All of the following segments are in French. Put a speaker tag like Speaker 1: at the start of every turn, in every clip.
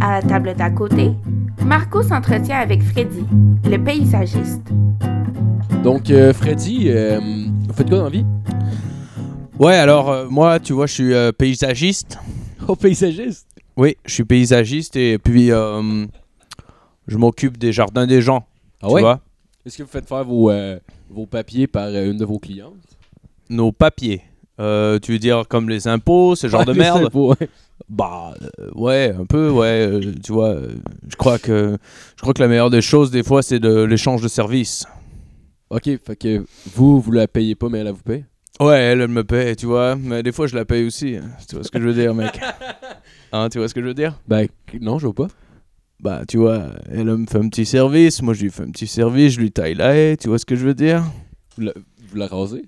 Speaker 1: À la table d'à côté, Marco s'entretient avec Freddy, le paysagiste.
Speaker 2: Donc, euh, Freddy, euh, vous faites quoi dans la vie?
Speaker 3: Ouais, alors euh, moi, tu vois, je suis euh, paysagiste.
Speaker 2: Oh, paysagiste!
Speaker 3: Oui, je suis paysagiste et puis euh, je m'occupe des jardins des gens.
Speaker 2: Ah
Speaker 3: tu
Speaker 2: ouais?
Speaker 3: vois,
Speaker 2: Est-ce que vous faites faire vos, euh, vos papiers par euh, une de vos clientes?
Speaker 3: nos papiers. Euh, tu veux dire comme les impôts, ce genre de
Speaker 2: Les
Speaker 3: merde
Speaker 2: impôts, ouais.
Speaker 3: Bah euh, ouais, un peu, ouais. euh, tu vois, euh, je crois que je crois que la meilleure des choses des fois, c'est de l'échange de services.
Speaker 2: Ok, fait que vous, vous la payez pas, mais elle, elle vous paye.
Speaker 3: Ouais, elle, elle me paie, tu vois. Mais des fois, je la paye aussi. hein. Tu vois ce que je veux dire, mec Hein, tu vois ce que je veux dire
Speaker 2: Ben, non, je vois pas.
Speaker 3: Bah, tu vois, elle elle me fait un petit service, moi je lui fais un petit service, je lui taille la haie, tu vois ce que je veux dire
Speaker 2: Vous la, vous la rasez?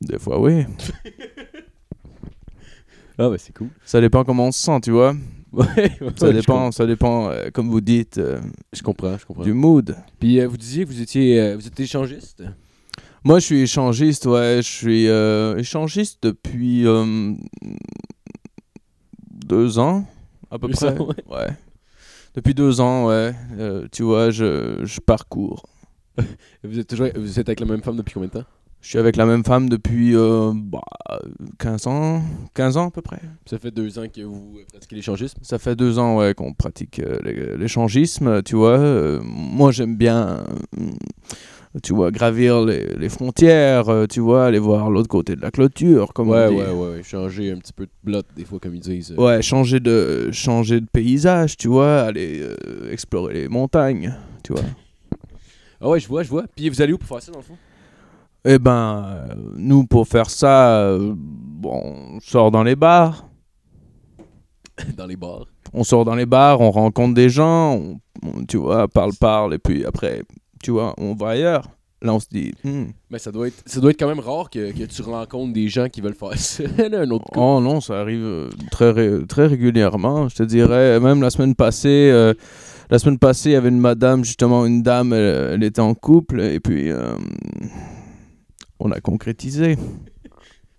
Speaker 3: Des fois, oui.
Speaker 2: Ah, ben, c'est cool.
Speaker 3: Ça dépend comment on se sent, tu vois.
Speaker 2: Ouais,
Speaker 3: Ça
Speaker 2: ouais, je com-
Speaker 3: dépend, ça dépend, euh, comme vous dites, euh,
Speaker 2: Je comprends, je comprends.
Speaker 3: du mood.
Speaker 2: Puis euh, vous disiez que vous étiez, euh, vous êtes échangiste.
Speaker 3: Moi, je suis échangiste, ouais, je suis euh, échangiste depuis euh, deux ans, à peu
Speaker 2: Deux
Speaker 3: près.
Speaker 2: ans,
Speaker 3: ouais. Depuis deux ans, ouais. Euh, tu vois, je, je parcours.
Speaker 2: Vous êtes toujours, vous êtes avec la même femme depuis combien de temps?
Speaker 3: Je suis avec la même femme depuis euh, bah, 15 ans, 15 ans à peu près.
Speaker 2: Ça fait deux ans que vous euh, pratiquez l'échangisme.
Speaker 3: Ça fait deux ans ouais, qu'on pratique euh, l'é- l'échangisme, tu vois. Euh, moi, j'aime bien, euh, tu vois, gravir les, les frontières, euh, tu vois, aller voir l'autre côté de la clôture, comme
Speaker 2: Ouais,
Speaker 3: on dit.
Speaker 2: ouais, ouais, ouais. Changer euh, un petit peu de blot, des fois, comme ils disent. euh.
Speaker 3: Ouais, changer de, changer de paysage, tu vois, aller euh, explorer les montagnes, tu vois.
Speaker 2: Ah ouais, je vois, je vois. Puis vous allez où pour faire ça, dans le fond?
Speaker 3: Eh ben, euh, nous, pour faire ça, euh, bon, on sort dans les bars.
Speaker 2: dans les bars.
Speaker 3: on sort dans les bars, on rencontre des gens, on, on- tu vois, parle, parle, et puis après, tu vois, on va ailleurs. Là, on se dit, hmm,
Speaker 2: Mais ça doit être, ça doit être quand même rare que, que tu rencontres des gens qui veulent faire ça. là, un autre coup.
Speaker 3: oh non, ça arrive euh, très, ré- très régulièrement, je te dirais. Même la semaine passée, euh, la semaine passée, il y avait une madame, justement, une dame, elle, elle était en couple, et puis euh, on a concrétisé.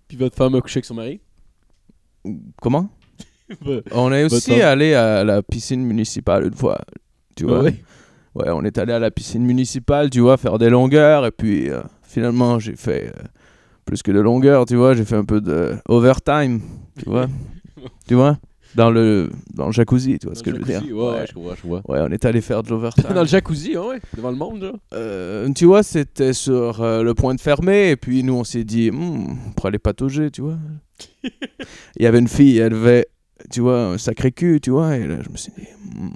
Speaker 2: Puis votre femme a couché avec son mari.
Speaker 3: Comment On est aussi
Speaker 2: Bah,
Speaker 3: allé à la piscine municipale une fois, tu vois.
Speaker 2: Ouais.
Speaker 3: Ouais, on est allé à la piscine municipale, tu vois, faire des longueurs. Et puis, euh, finalement, j'ai fait euh, plus que de longueurs, tu vois. J'ai fait un peu de overtime, tu vois. tu vois Dans le, dans le jacuzzi, tu vois ce que
Speaker 2: Dans le
Speaker 3: je veux
Speaker 2: jacuzzi,
Speaker 3: dire.
Speaker 2: Ouais, ouais,
Speaker 3: ouais.
Speaker 2: je vois, je vois.
Speaker 3: Ouais, on est allé faire de l'overtime.
Speaker 2: Dans le jacuzzi, hein, ouais, ouais, devant le monde, là.
Speaker 3: Euh, tu vois, c'était sur euh, le point de fermer. Et puis, nous, on s'est dit, Hmm, on pourrait aller patauger, tu vois. Il y avait une fille, elle avait, tu vois, un sacré cul, tu vois. Et là, je me suis dit, Hmm,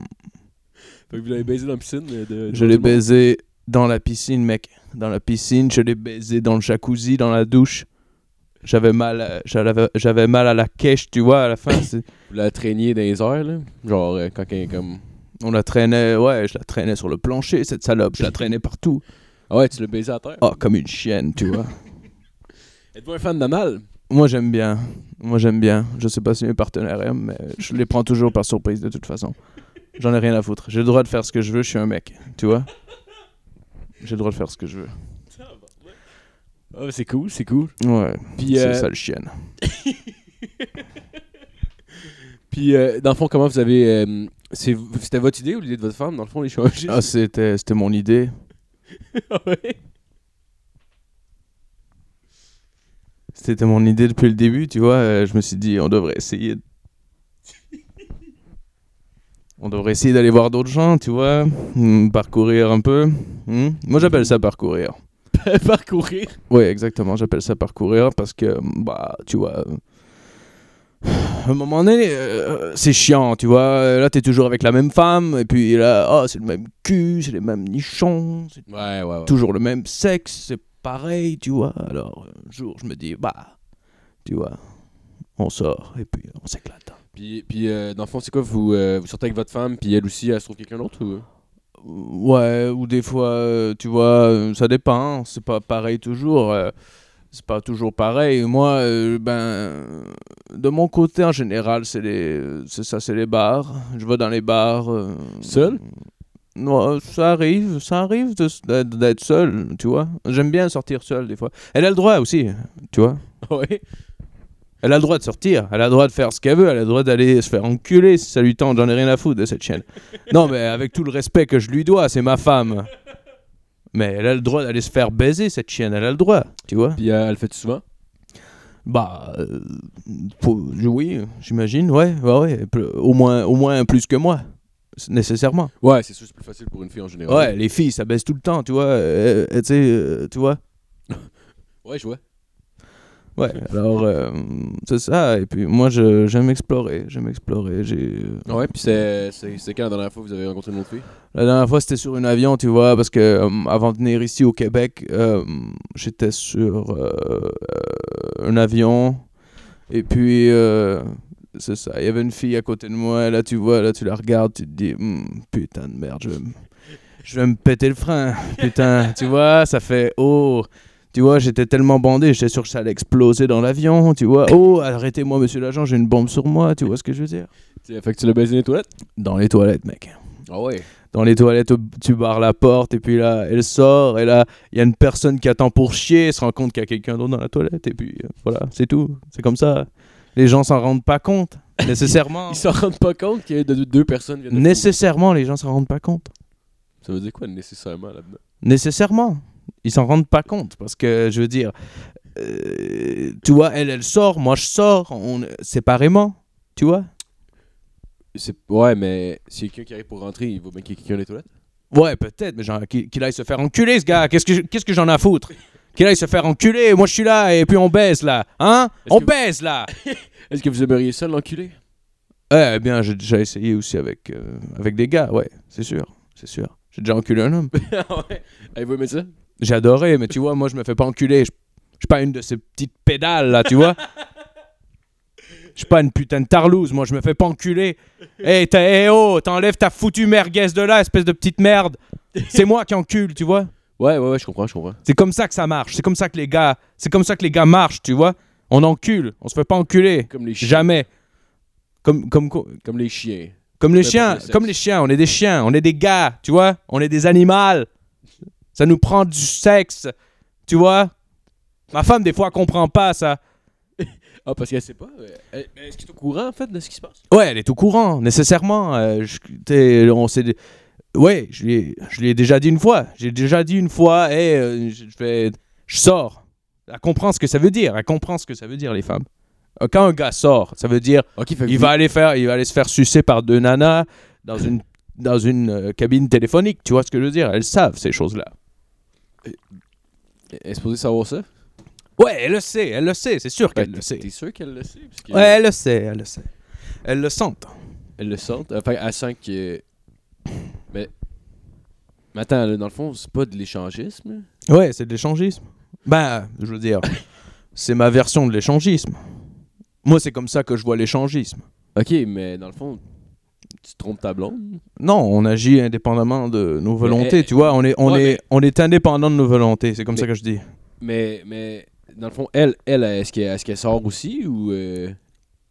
Speaker 2: Fait que vous l'avez baisé dans la piscine. euh, De, devant
Speaker 3: Je l'ai
Speaker 2: tout le monde.
Speaker 3: baisé dans la piscine, mec. Dans la piscine, je l'ai baisé dans le jacuzzi, dans la douche. J'avais mal, à- j'avais j'avais mal à la quiche, tu vois, à la fin. c'est-
Speaker 2: Vous la traîniez dans les airs, là. Genre, euh, quand quelqu'un est comme.
Speaker 3: On la traînait, ouais, je la traînais sur le plancher, cette salope. Je la traînais partout.
Speaker 2: Ah ouais, tu l'as baisé à terre.
Speaker 3: Oh, comme une chienne, tu vois.
Speaker 2: Êtes-vous un fan d'anal?
Speaker 3: Moi, j'aime bien. Moi, j'aime bien. Je sais pas si mes partenaires aiment, mais je les prends toujours par surprise, de toute façon. J'en ai rien à foutre. J'ai le droit de faire ce que je veux, je suis un mec, tu vois. J'ai le droit de faire ce que je veux.
Speaker 2: Ah, c'est cool, c'est cool.
Speaker 3: Ouais,
Speaker 2: Puis,
Speaker 3: c'est
Speaker 2: euh,
Speaker 3: ça le chienne.
Speaker 2: puis euh, dans le fond, comment vous avez. euh, c'est vous- C'était votre idée ou l'idée de votre femme, dans le fond, les changistes?
Speaker 3: Ah, c'était c'était mon idée.
Speaker 2: Ah ouais.
Speaker 3: C'était mon idée depuis le début, tu vois. euh, je me suis dit, on devrait essayer. de- on devrait essayer d'aller voir d'autres gens, tu vois. hmm, parcourir un peu. hmm. Moi, j'appelle ça parcourir.
Speaker 2: Parcourir.
Speaker 3: Oui, exactement, j'appelle ça parcourir parce que, bah, tu vois. euh, À un moment donné, euh, c'est chiant, tu vois. Euh, Là, t'es toujours avec la même femme, et puis là, oh, c'est le même cul, c'est les mêmes nichons, c'est
Speaker 2: Ouais, ouais, ouais.
Speaker 3: toujours le même sexe, c'est pareil, tu vois. Alors, un jour, je me dis, bah, tu vois, on sort et puis on s'éclate.
Speaker 2: Puis, puis euh, dans le fond, c'est quoi vous, euh, vous sortez avec votre femme, puis elle aussi, elle se trouve quelqu'un d'autre ou... euh,
Speaker 3: Ouais, ou des fois, euh, tu vois, euh, ça dépend, hein, c'est pas pareil toujours. euh, C'est pas toujours pareil. Moi, euh, ben, euh, de mon côté en général, c'est les, c'est ça, c'est les bars. Je vais dans les bars. euh,
Speaker 2: Seul
Speaker 3: Ouais, ça arrive, ça arrive de s- d'être d'être seul, tu vois. J'aime bien sortir seul des fois. Elle a le droit aussi, tu vois.
Speaker 2: Ouais.
Speaker 3: Elle a le droit de sortir, elle a le droit de faire ce qu'elle veut, elle a le droit d'aller se faire enculer si ça lui tente, j'en ai rien à foutre de cette chienne. Non, mais avec tout le respect que je lui dois, c'est ma femme. Mais elle a le droit d'aller se faire baiser, cette chienne, elle a le droit, tu vois.
Speaker 2: Puis euh, elle le fait souvent.
Speaker 3: Bah, euh, faut- oui, j'imagine, ouais, ouais, ouais, pl- au moins, au moins plus que moi, s- nécessairement.
Speaker 2: Ouais, c'est sûr, c'est plus facile pour une fille en général.
Speaker 3: Ouais, les filles, ça baisse tout le temps, tu vois, euh, euh, tu sais, euh, tu vois.
Speaker 2: Ouais, je vois.
Speaker 3: Ouais, alors, euh, c'est ça, et puis moi, je- j'aime explorer, j'aime explorer, j'ai... euh,
Speaker 2: Ouais, puis c'est c'est- c'est quand la dernière fois que vous avez rencontré une autre fille
Speaker 3: La dernière fois, c'était sur un avion, tu vois, parce que euh, avant de venir ici au Québec, euh, j'étais sur euh, euh, un avion. Et puis, euh, c'est ça, il y avait une fille à côté de moi. Là, tu vois, là, tu la regardes, tu te dis, Hmm, putain de merde, je vais, me- je vais me péter le frein. Putain, tu vois, ça fait, oh. Tu vois, j'étais tellement bandé, j'étais sûr que ça allait exploser dans l'avion, tu vois. Oh, arrêtez-moi, monsieur l'agent, j'ai une bombe sur moi, tu vois ce que je veux dire
Speaker 2: Tu- Fait que tu l'as baisé dans les toilettes
Speaker 3: Dans les toilettes, mec
Speaker 2: Ah ouais.
Speaker 3: dans les toilettes, tu barres la porte et puis là, elle sort et là, il y a une personne qui attend pour chier, elle se rend compte qu'il y a quelqu'un d'autre dans la toilette et puis euh, voilà, c'est tout. C'est comme ça. Les gens s'en rendent pas compte, nécessairement.
Speaker 2: Ils s'en rendent pas compte qu'il y a deux, deux personnes qui viennent de foutre.
Speaker 3: nécessairement, les gens s'en rendent pas compte.
Speaker 2: Ça veut dire quoi nécessairement là-dedans
Speaker 3: Nécessairement. Ils s'en rendent pas compte parce que je veux dire, euh, tu vois, elle, elle sort, moi je sors, on, séparément, tu vois.
Speaker 2: C'est- Ouais, mais si quelqu'un qui arrive pour rentrer, il vaut bien qu'il y ait quelqu'un dans les toilettes.
Speaker 3: Ouais, peut-être, mais genre, qu'il qu'il aille se faire enculer, ce gars. Qu'est-ce que, je- qu'est-ce que j'en ai à foutre Qu'il aille se faire enculer. Moi, je suis là, et puis on baise, là. Hein
Speaker 2: Est-ce
Speaker 3: On
Speaker 2: que-
Speaker 3: baise, là
Speaker 2: Est-ce que vous aimeriez ça, l'enculé
Speaker 3: Eh bien, j'ai déjà essayé aussi avec, euh, avec des gars, ouais, c'est sûr, c'est sûr. J'ai déjà enculé un homme.
Speaker 2: Ah ouais. Avez-vous aimé ça
Speaker 3: J'ai adoré, mais tu vois, moi, je me fais pas enculer. Je je suis pas une de ces petites pédales, là, tu vois Je suis pas une putain de tarlouse, moi, je me fais pas enculer. Eh, t'as- eh oh, t'enlèves ta foutue merguez de là, espèce de petite merde. C'est moi qui encule, tu vois
Speaker 2: Ouais, ouais, ouais, je comprends, je comprends.
Speaker 3: C'est comme ça que ça marche. C'est comme ça que les gars, c'est comme ça que les gars marchent, tu vois. On encule, on se fait pas enculer,
Speaker 2: Comme les chiens.
Speaker 3: jamais. Comme comme co-
Speaker 2: Comme les chiens.
Speaker 3: comme
Speaker 2: Peu
Speaker 3: les
Speaker 2: importe
Speaker 3: chiens,
Speaker 2: le sexe.
Speaker 3: comme les chiens, on est des chiens, on est des gars, tu vois. On est des animaux. Ça nous prend du sexe, tu vois. Ma femme des fois comprend pas ça.
Speaker 2: Ah, parce qu'elle sait pas. euh, elle- mais Est-ce que tu es au courant, en fait, de ce qui se passe
Speaker 3: Ouais, elle est au courant, nécessairement. Euh, je- t'es- on s'est. Ouais, je lui ai- je lui ai déjà dit une fois. J'ai déjà dit une fois, et je je fais. Je sors. Elle comprend ce que ça veut dire. Elle comprend ce que ça veut dire, les femmes. Euh, Quand un gars sort, ça veut dire
Speaker 2: Ok, fait que
Speaker 3: il
Speaker 2: vous-
Speaker 3: va aller faire, il va aller se faire sucer par deux nanas dans une dans une euh, cabine téléphonique. Tu vois ce que je veux dire Elles savent ces choses-là.
Speaker 2: Elle est supposée savoir ça
Speaker 3: Ouais, elle le sait, elle le sait. C'est sûr qu'elle
Speaker 2: Ben,
Speaker 3: le
Speaker 2: t'es-
Speaker 3: sait.
Speaker 2: T'es sûr qu'elle le sait Parce que-
Speaker 3: Ouais, elle le sait, elle le sait. Elle le sent.
Speaker 2: Elle le sent. Enfin, elle sent que. Mais. Mais attends, là, dans le fond, c'est pas de l'échangisme.
Speaker 3: Ouais, c'est de l'échangisme. Ben, je veux dire, c'est ma version de l'échangisme. Moi, c'est comme ça que je vois l'échangisme.
Speaker 2: Ok, mais dans le fond, tu trompes ta blonde.
Speaker 3: Non, on agit indépendamment de nos volontés,
Speaker 2: eh,
Speaker 3: tu vois. On est, on
Speaker 2: ouais,
Speaker 3: est,
Speaker 2: mais-
Speaker 3: on est indépendant de nos volontés. C'est comme
Speaker 2: Mais-
Speaker 3: ça que je dis.
Speaker 2: Mais. mais... Dans le fond, elle, elle est-ce qu'elle est-ce qu'elle sort aussi ou. euh,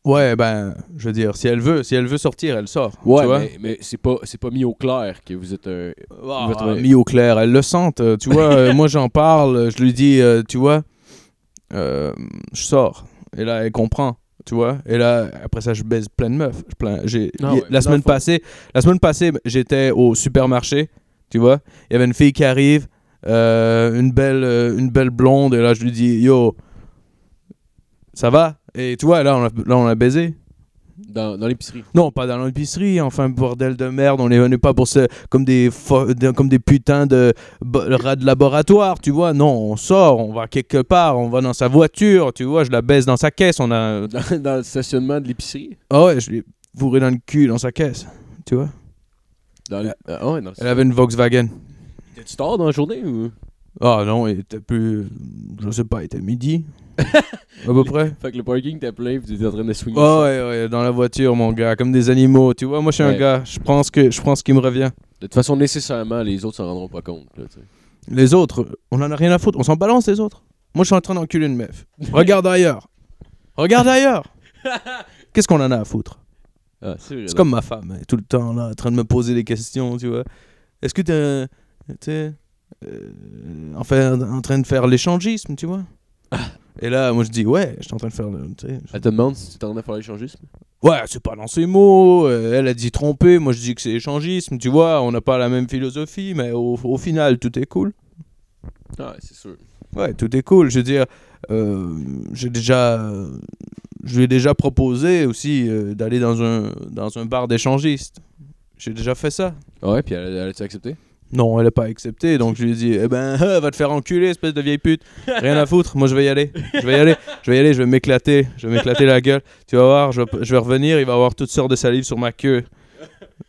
Speaker 3: Ouais, ben, je veux dire, si elle veut, si elle veut sortir, elle sort. tu
Speaker 2: Ouais,
Speaker 3: vois.
Speaker 2: mais, mais c'est pas, c'est pas mis au clair que vous êtes un.
Speaker 3: Ah,
Speaker 2: Ouvertement.
Speaker 3: mis au clair, elle le sente. euh, Tu vois, Euh, moi, j'en parle, euh, je lui dis, euh, tu vois, euh, je sors. Et là, elle comprend. Tu vois, et là, après ça, je baise plein de meufs. Je plein- j'ai-
Speaker 2: Ah
Speaker 3: y-
Speaker 2: ouais,
Speaker 3: la,
Speaker 2: dans le
Speaker 3: semaine
Speaker 2: fond.
Speaker 3: passée, la semaine passée, j'étais au supermarché, tu vois. Il y avait une fille qui arrive, euh, une, belle, euh, une belle blonde, et là, je lui dis, yo, ça va Et tu vois, là, on a, là, on a baisé.
Speaker 2: Dans, dans l'épicerie.
Speaker 3: Non, pas dans l'épicerie, enfin, bordel de merde, on est venu pas pour se. comme des, fo- de- comme des putains de bo- rats de laboratoire, tu vois. Non, on sort, on va quelque part, on va dans sa voiture, tu vois, je la baisse dans sa caisse, on a.
Speaker 2: Dans, dans le stationnement de l'épicerie.
Speaker 3: Ah ouais, je l'ai fourré dans le cul, dans sa caisse, tu vois.
Speaker 2: Dans le- Ah ouais, dans le
Speaker 3: Elle avait une Volkswagen.
Speaker 2: Tu tard dans la journée ou.
Speaker 3: Ah non, il était plus. je sais pas, il était midi, à peu près.
Speaker 2: Fait que le parking t'as plein, vous étiez en train de swinguer.
Speaker 3: Ah ouais, ouais, dans la voiture, mon gars, comme des animaux, tu vois. Moi, je suis un
Speaker 2: Ouais.
Speaker 3: gars, je prends ce que- je prends ce qui me revient.
Speaker 2: De toute façon, nécessairement, les autres s'en rendront pas compte. Là, tu sais.
Speaker 3: Les autres, on en a rien à foutre. On s'en balance, les autres. Moi, je suis en train d'enculer une meuf. Regarde ailleurs. Regarde ailleurs. Qu'est-ce qu'on en a à foutre
Speaker 2: ah, c'est vrai.
Speaker 3: C'est comme ma femme, elle est tout le temps là, en train de me poser des questions, tu vois. Est-ce que t'es. euh, t'es, euh, en, fait, en train de faire l'échangisme, tu vois Et là, moi, je dis, ouais, je suis en train de faire. le- tu sais,
Speaker 2: Elle te demande si tu t'en as pour l'échangisme.
Speaker 3: Ouais, c'est pas dans ses mots. euh, Elle a dit tromper. Moi, je dis que c'est échangisme. Tu vois, on n'a pas la même philosophie, mais au, au final, tout est cool.
Speaker 2: Ah, ouais, c'est sûr.
Speaker 3: Ouais, tout est cool. Je veux dire, euh, j'ai déjà, euh, je lui ai déjà proposé aussi euh, d'aller dans un dans un bar d'échangistes. J'ai déjà fait ça.
Speaker 2: Ouais, puis elle, elle a-tu accepté
Speaker 3: Non, elle a pas accepté, donc je lui ai dit, eh ben, va te faire enculer, espèce de vieille pute. Rien à foutre, moi je vais y aller. Je vais y aller, je vais y aller, je vais m'éclater, je vais m'éclater la gueule. Tu vas voir, je vais, je vais revenir, il va avoir toutes sortes de salive sur ma queue.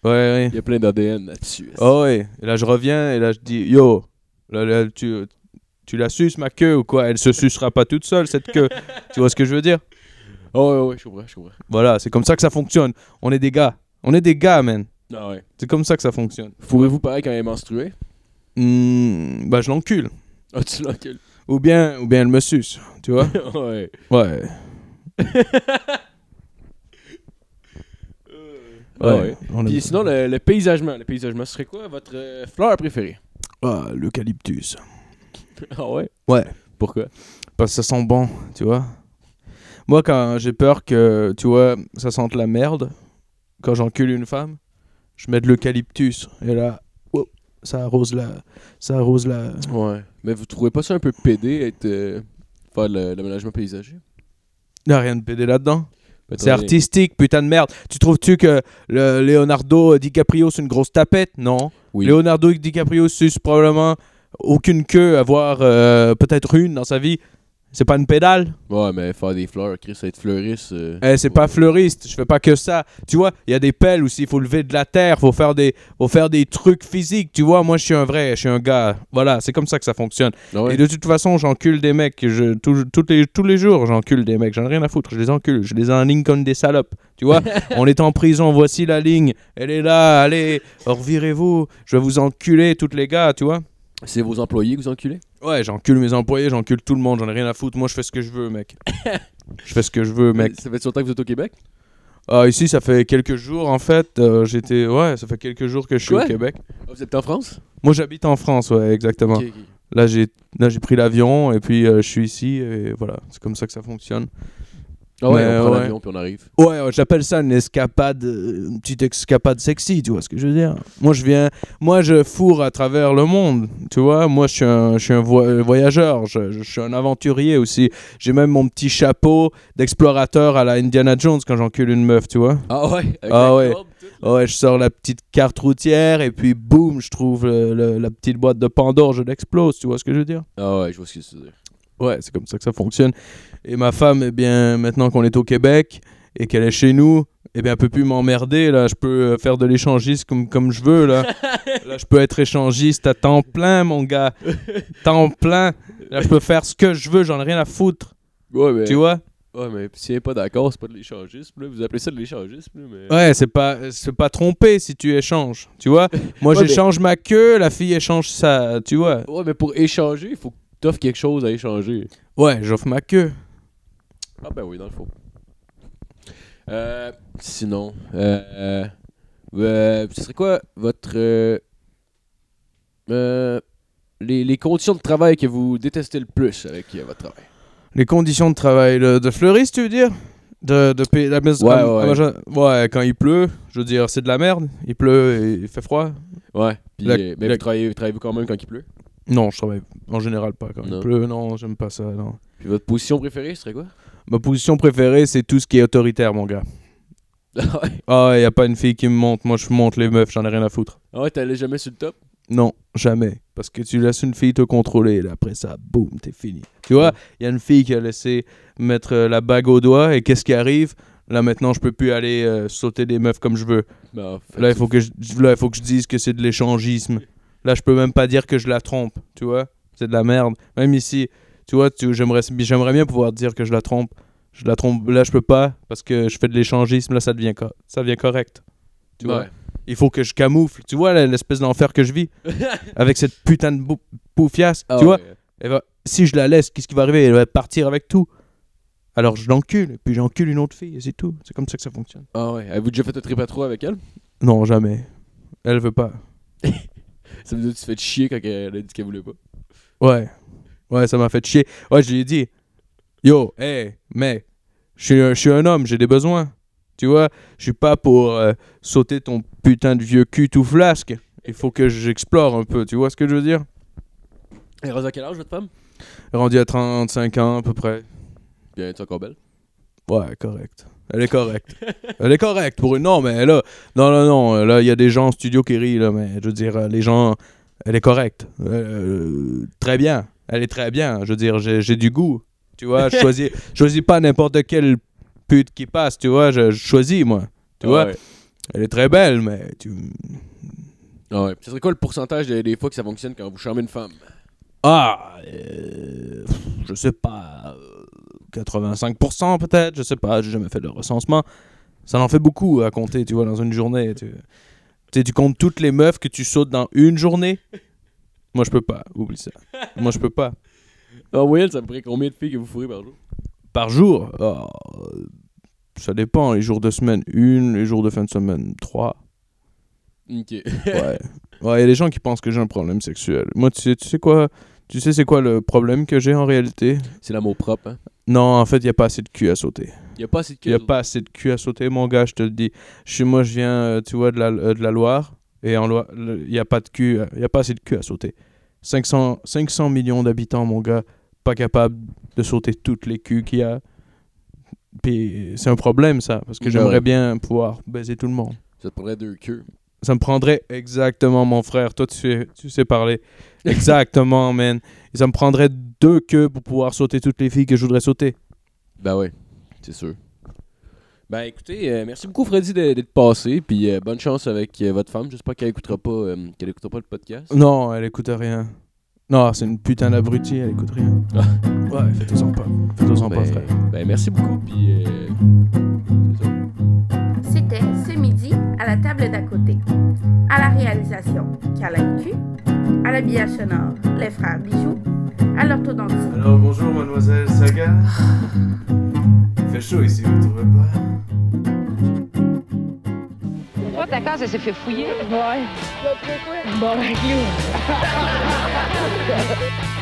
Speaker 3: Ouais, ouais.
Speaker 2: Il y a plein d'ADN là-dessus.
Speaker 3: Oh ouais, et là je reviens, et là je dis, yo, là, là, tu, tu la suces ma queue ou quoi Elle se sucera pas toute seule, cette queue. tu vois ce que je veux dire
Speaker 2: Oh, ouais, ouais, je comprends, je comprends.
Speaker 3: Voilà, c'est comme ça que ça fonctionne. On est des gars. On est des gars, man.
Speaker 2: Ah ouais.
Speaker 3: C'est comme ça que ça fonctionne.
Speaker 2: Fourrez-vous pareil quand elle est menstruée
Speaker 3: Hmm, bah je l'encule.
Speaker 2: Ah, tu l'encules.
Speaker 3: Ou bien, ou bien elle me suce, tu vois
Speaker 2: ouais.
Speaker 3: Ouais.
Speaker 2: Ah ouais. Puis sinon, le, le paysagement. Le paysagement, ce serait quoi votre euh, fleur préférée
Speaker 3: Ah, l'eucalyptus.
Speaker 2: Ah ouais
Speaker 3: Ouais.
Speaker 2: Pourquoi
Speaker 3: Parce que ça sent bon, tu vois. Moi, quand j'ai peur que, tu vois, ça sente la merde, quand j'encule une femme, je mets de l'eucalyptus. Et là, wow, ça arrose la. Ça arrose la.
Speaker 2: Ouais. Mais vous trouvez pas ça un peu pédé, être, euh, faire le- l'aménagement paysager
Speaker 3: Il a rien de pédé là-dedans.
Speaker 2: Ben,
Speaker 3: C'est
Speaker 2: attendez.
Speaker 3: artistique, putain de merde. Tu trouves-tu que le Leonardo DiCaprio, c'est une grosse tapette Non.
Speaker 2: Oui.
Speaker 3: Leonardo DiCaprio suce probablement aucune queue, avoir euh, peut-être une dans sa vie. C'est pas une pédale
Speaker 2: Ouais, mais faire des fleurs, Chris, être fleuriste. euh,
Speaker 3: Eh, c'est pas fleuriste, je fais pas que ça. Tu vois, il y a des pelles aussi, il faut lever de la terre, faut faire des faut faire des trucs physiques, tu vois. Moi, je suis un vrai, je suis un gars. Voilà, c'est comme ça que ça fonctionne.
Speaker 2: Ah ouais.
Speaker 3: Et de toute façon, j'encule des mecs, je tous- toutes les tous les jours, j'encule des mecs, j'en ai rien à foutre, je les encule, je les ai en ligne comme des salopes. Tu vois, on est en prison, voici la ligne, elle est là, allez, revirez-vous, je vais vous enculer toutes les gars, tu vois.
Speaker 2: C'est vos employés que vous enculez
Speaker 3: Ouais, j'encule mes employés, j'encule tout le monde, j'en ai rien à foutre. Moi, je fais ce que je veux, mec. je fais ce que je veux, mec.
Speaker 2: Ça fait longtemps que vous êtes au Québec
Speaker 3: Ah, ici, ça fait quelques jours, en fait. euh, J'étais. Ouais, ça fait quelques jours que je suis
Speaker 2: Quoi
Speaker 3: au Québec.
Speaker 2: Ah, Vous êtes en France
Speaker 3: Moi, j'habite en France, ouais, exactement.
Speaker 2: Ok, ok.
Speaker 3: Là, j'ai là, j'ai pris l'avion et puis euh, je suis ici et voilà. C'est comme ça que ça fonctionne.
Speaker 2: Ah ouais,
Speaker 3: Mais,
Speaker 2: on prend
Speaker 3: ouais.
Speaker 2: l'avion puis on arrive.
Speaker 3: Ouais, ouais, j'appelle ça une escapade, euh, une petite escapade sexy, tu vois ce que je veux dire. Moi, je viens. Moi, je fourre à travers le monde, tu vois. Moi, je suis un, je suis un vo- voyageur, je, je suis un aventurier aussi. J'ai même mon petit chapeau d'explorateur à la Indiana Jones quand j'encule une meuf, tu vois.
Speaker 2: Ah ouais avec
Speaker 3: Ah
Speaker 2: la
Speaker 3: ouais.
Speaker 2: corde, tout.
Speaker 3: Ouais, je sors la petite carte routière et puis boum, je trouve le- le- la petite boîte de Pandore, je l'explose, tu vois ce que je veux dire
Speaker 2: Ah ouais, je vois ce que tu veux dire.
Speaker 3: Ouais, c'est comme ça que ça fonctionne. Et ma femme, eh bien, maintenant qu'on est au Québec et qu'elle est chez nous, eh bien, elle peut plus m'emmerder, là, je peux euh, faire de l'échangiste comme, comme je veux, là. là, je peux être échangiste à temps plein, mon gars. temps plein. Là, je peux faire ce que je veux, j'en ai rien à foutre,
Speaker 2: Ouais, mais.
Speaker 3: tu vois
Speaker 2: Ouais, mais si elle est pas d'accord, c'est pas de l'échangisme, là. Vous appelez ça de l'échangisme, là, mais.
Speaker 3: Ouais, c'est pas, c'est pas trompé si tu échanges, tu vois Moi,
Speaker 2: Ouais, mais-
Speaker 3: j'échange ma queue, la fille échange sa, tu vois
Speaker 2: Ouais, mais pour échanger, il faut que t'offres quelque chose à échanger.
Speaker 3: Ouais, j'offre ma queue.
Speaker 2: Ah ben oui, dans le fond. Euh, sinon, euh, euh, euh, ce serait quoi votre... euh, euh, les, les conditions de travail que vous détestez le plus avec euh, votre travail?
Speaker 3: Les conditions de travail le- de fleuriste, tu veux dire de, de payer la maison.
Speaker 2: Ouais,
Speaker 3: la-
Speaker 2: ouais.
Speaker 3: la maison- ouais, quand il pleut, je veux dire, c'est de la merde. Il pleut et il fait froid.
Speaker 2: Ouais, puis
Speaker 3: La-
Speaker 2: euh, mais
Speaker 3: la-
Speaker 2: vous travaillez, travaillez-vous quand même quand il pleut?
Speaker 3: Non, je travaille en général pas quand
Speaker 2: Non.
Speaker 3: il pleut. Non, j'aime pas ça. non.
Speaker 2: Puis votre position préférée, ce serait quoi?
Speaker 3: Ma position préférée, c'est tout ce qui est autoritaire, mon gars.
Speaker 2: Ah ouais,
Speaker 3: Ah, il y a pas une fille qui me monte. Moi, je monte les meufs, j'en ai rien à foutre.
Speaker 2: ah ouais t'allais jamais sur le top?
Speaker 3: Non, jamais. Parce que tu laisses une fille te contrôler, et là, après ça, boum, t'es fini. Tu vois, il y a une fille qui a laissé mettre euh, la bague au doigt, et qu'est-ce qui arrive Là, maintenant, je peux plus aller euh, sauter des meufs comme je veux.
Speaker 2: Ben, en fait,
Speaker 3: Là, il faut que je, là, il faut que je dise que c'est de l'échangisme. Là, je peux même pas dire que je la trompe, tu vois. C'est de la merde. Même ici, tu vois, tu, j'aimerais, j'aimerais bien pouvoir dire que je la trompe. Je la trompe. Là, je peux pas parce que je fais de l'échangisme. Là, ça devient, co- ça devient correct. Tu vois.
Speaker 2: Ouais.
Speaker 3: Il faut que je camoufle. Tu vois la- l'espèce d'enfer que je vis avec cette putain de bou- poufiasse.
Speaker 2: Ah
Speaker 3: tu vois.
Speaker 2: ouais.
Speaker 3: Elle va- si je la laisse, qu'est-ce qui va arriver Elle va partir avec tout. Alors je l'encule, et puis j'encule une autre fille, et c'est tout. C'est comme ça que ça fonctionne.
Speaker 2: Ah ouais. Avez-vous déjà fait un trip à trois avec elle?
Speaker 3: Non, jamais. Elle veut pas.
Speaker 2: Ça veut dire que tu te fais chier quand elle a dit qu'elle voulait pas.
Speaker 3: Ouais. Ouais, ça m'a fait chier. Ouais, je lui ai dit. Yo, hé, mais, je suis un- je suis un homme, j'ai des besoins. Tu vois, je suis pas pour euh, sauter ton putain de vieux cul tout flasque. Il faut que j'explore un peu, tu vois ce que je veux dire
Speaker 2: Elle est rendue à quel âge, votre femme
Speaker 3: Rendu à 35 ans à peu près.
Speaker 2: Puis elle est encore belle.
Speaker 3: Ouais, correct. Elle est correcte. Elle est correcte pour une. Non, mais là, non, non, non. Là, il y a des gens en studio qui rient, là, mais je veux dire, euh, les gens. Elle est correcte. Euh, euh, très bien. Elle est très bien. Je veux dire, j'ai j'ai du goût. Tu vois, je choisis, je choisis pas n'importe quelle pute qui passe, tu vois. Je, je choisis, moi. Tu vois,
Speaker 2: Ah ouais.
Speaker 3: elle est très belle, mais tu.
Speaker 2: Ah ouais. Ce serait quoi le pourcentage des, des fois que ça fonctionne quand vous charmez une femme
Speaker 3: Ah, euh, pff, je sais pas, euh, 85% peut-être, je sais pas, j'ai jamais fait de recensement. Ça en fait beaucoup à compter, tu vois, dans une journée. Tu, tu sais, tu comptes toutes les meufs que tu sautes dans une journée. Moi, je peux pas, oublie ça. Moi, je peux pas.
Speaker 2: En moyenne, ça me ferait combien de filles que vous fourrez par jour
Speaker 3: Par jour, oh, euh, ça dépend, les jours de semaine, une, les jours de fin de semaine, trois.
Speaker 2: Ok.
Speaker 3: Ouais. Ouais, il y a des gens qui pensent que j'ai un problème sexuel. Moi, tu sais, tu sais quoi Tu sais, c'est quoi le problème que j'ai en réalité
Speaker 2: C'est l'amour propre, hein.
Speaker 3: Non, en fait, il n'y a pas assez de cul à sauter.
Speaker 2: Il a pas assez de
Speaker 3: Il n'y a pas assez de cul à sauter, mon gars, je te le dis. Je suis, moi, je viens, euh, tu vois, de la, euh, de la Loire. Et en Loire, il n'y a pas de cul, euh, il a pas assez de cul à sauter. 500, 500 millions d'habitants, mon gars, pas capable de sauter toutes les culs qu'il y a. Puis c'est un problème, ça, parce que
Speaker 2: Ouais.
Speaker 3: j'aimerais bien pouvoir baiser tout le monde.
Speaker 2: Ça te prendrait deux queues.
Speaker 3: Ça me prendrait exactement, mon frère. Toi, tu sais, tu sais parler. Exactement, man. Et ça me prendrait deux queues pour pouvoir sauter toutes les filles que je voudrais sauter.
Speaker 2: Ben ouais, c'est sûr. Ben écoutez, euh, merci beaucoup Freddy d'e- d'être passé, puis euh, bonne chance avec euh, votre femme. J'espère qu'elle écoutera pas, euh, qu'elle écoutera pas le podcast.
Speaker 3: Non, elle écoute rien. Non, c'est une putain d'abruti, elle écoute rien.
Speaker 2: Ah.
Speaker 3: Ouais, fais-toi-en pas. Fais-toi-en pas,
Speaker 2: Ben-
Speaker 3: frère.
Speaker 2: Ben merci beaucoup, puis euh, c'est ça.
Speaker 1: C'était ce midi à la table d'à côté. À la réalisation, Caroline Q. À l'habillage sonore, les frères Bijoux. À l'orthodontie,
Speaker 4: Alors bonjour mademoiselle Saga. Il fait chaud ici, vous trouvez pas
Speaker 5: Toi, ta case, elle s'est fait fouiller. Ouais. Bon, ben,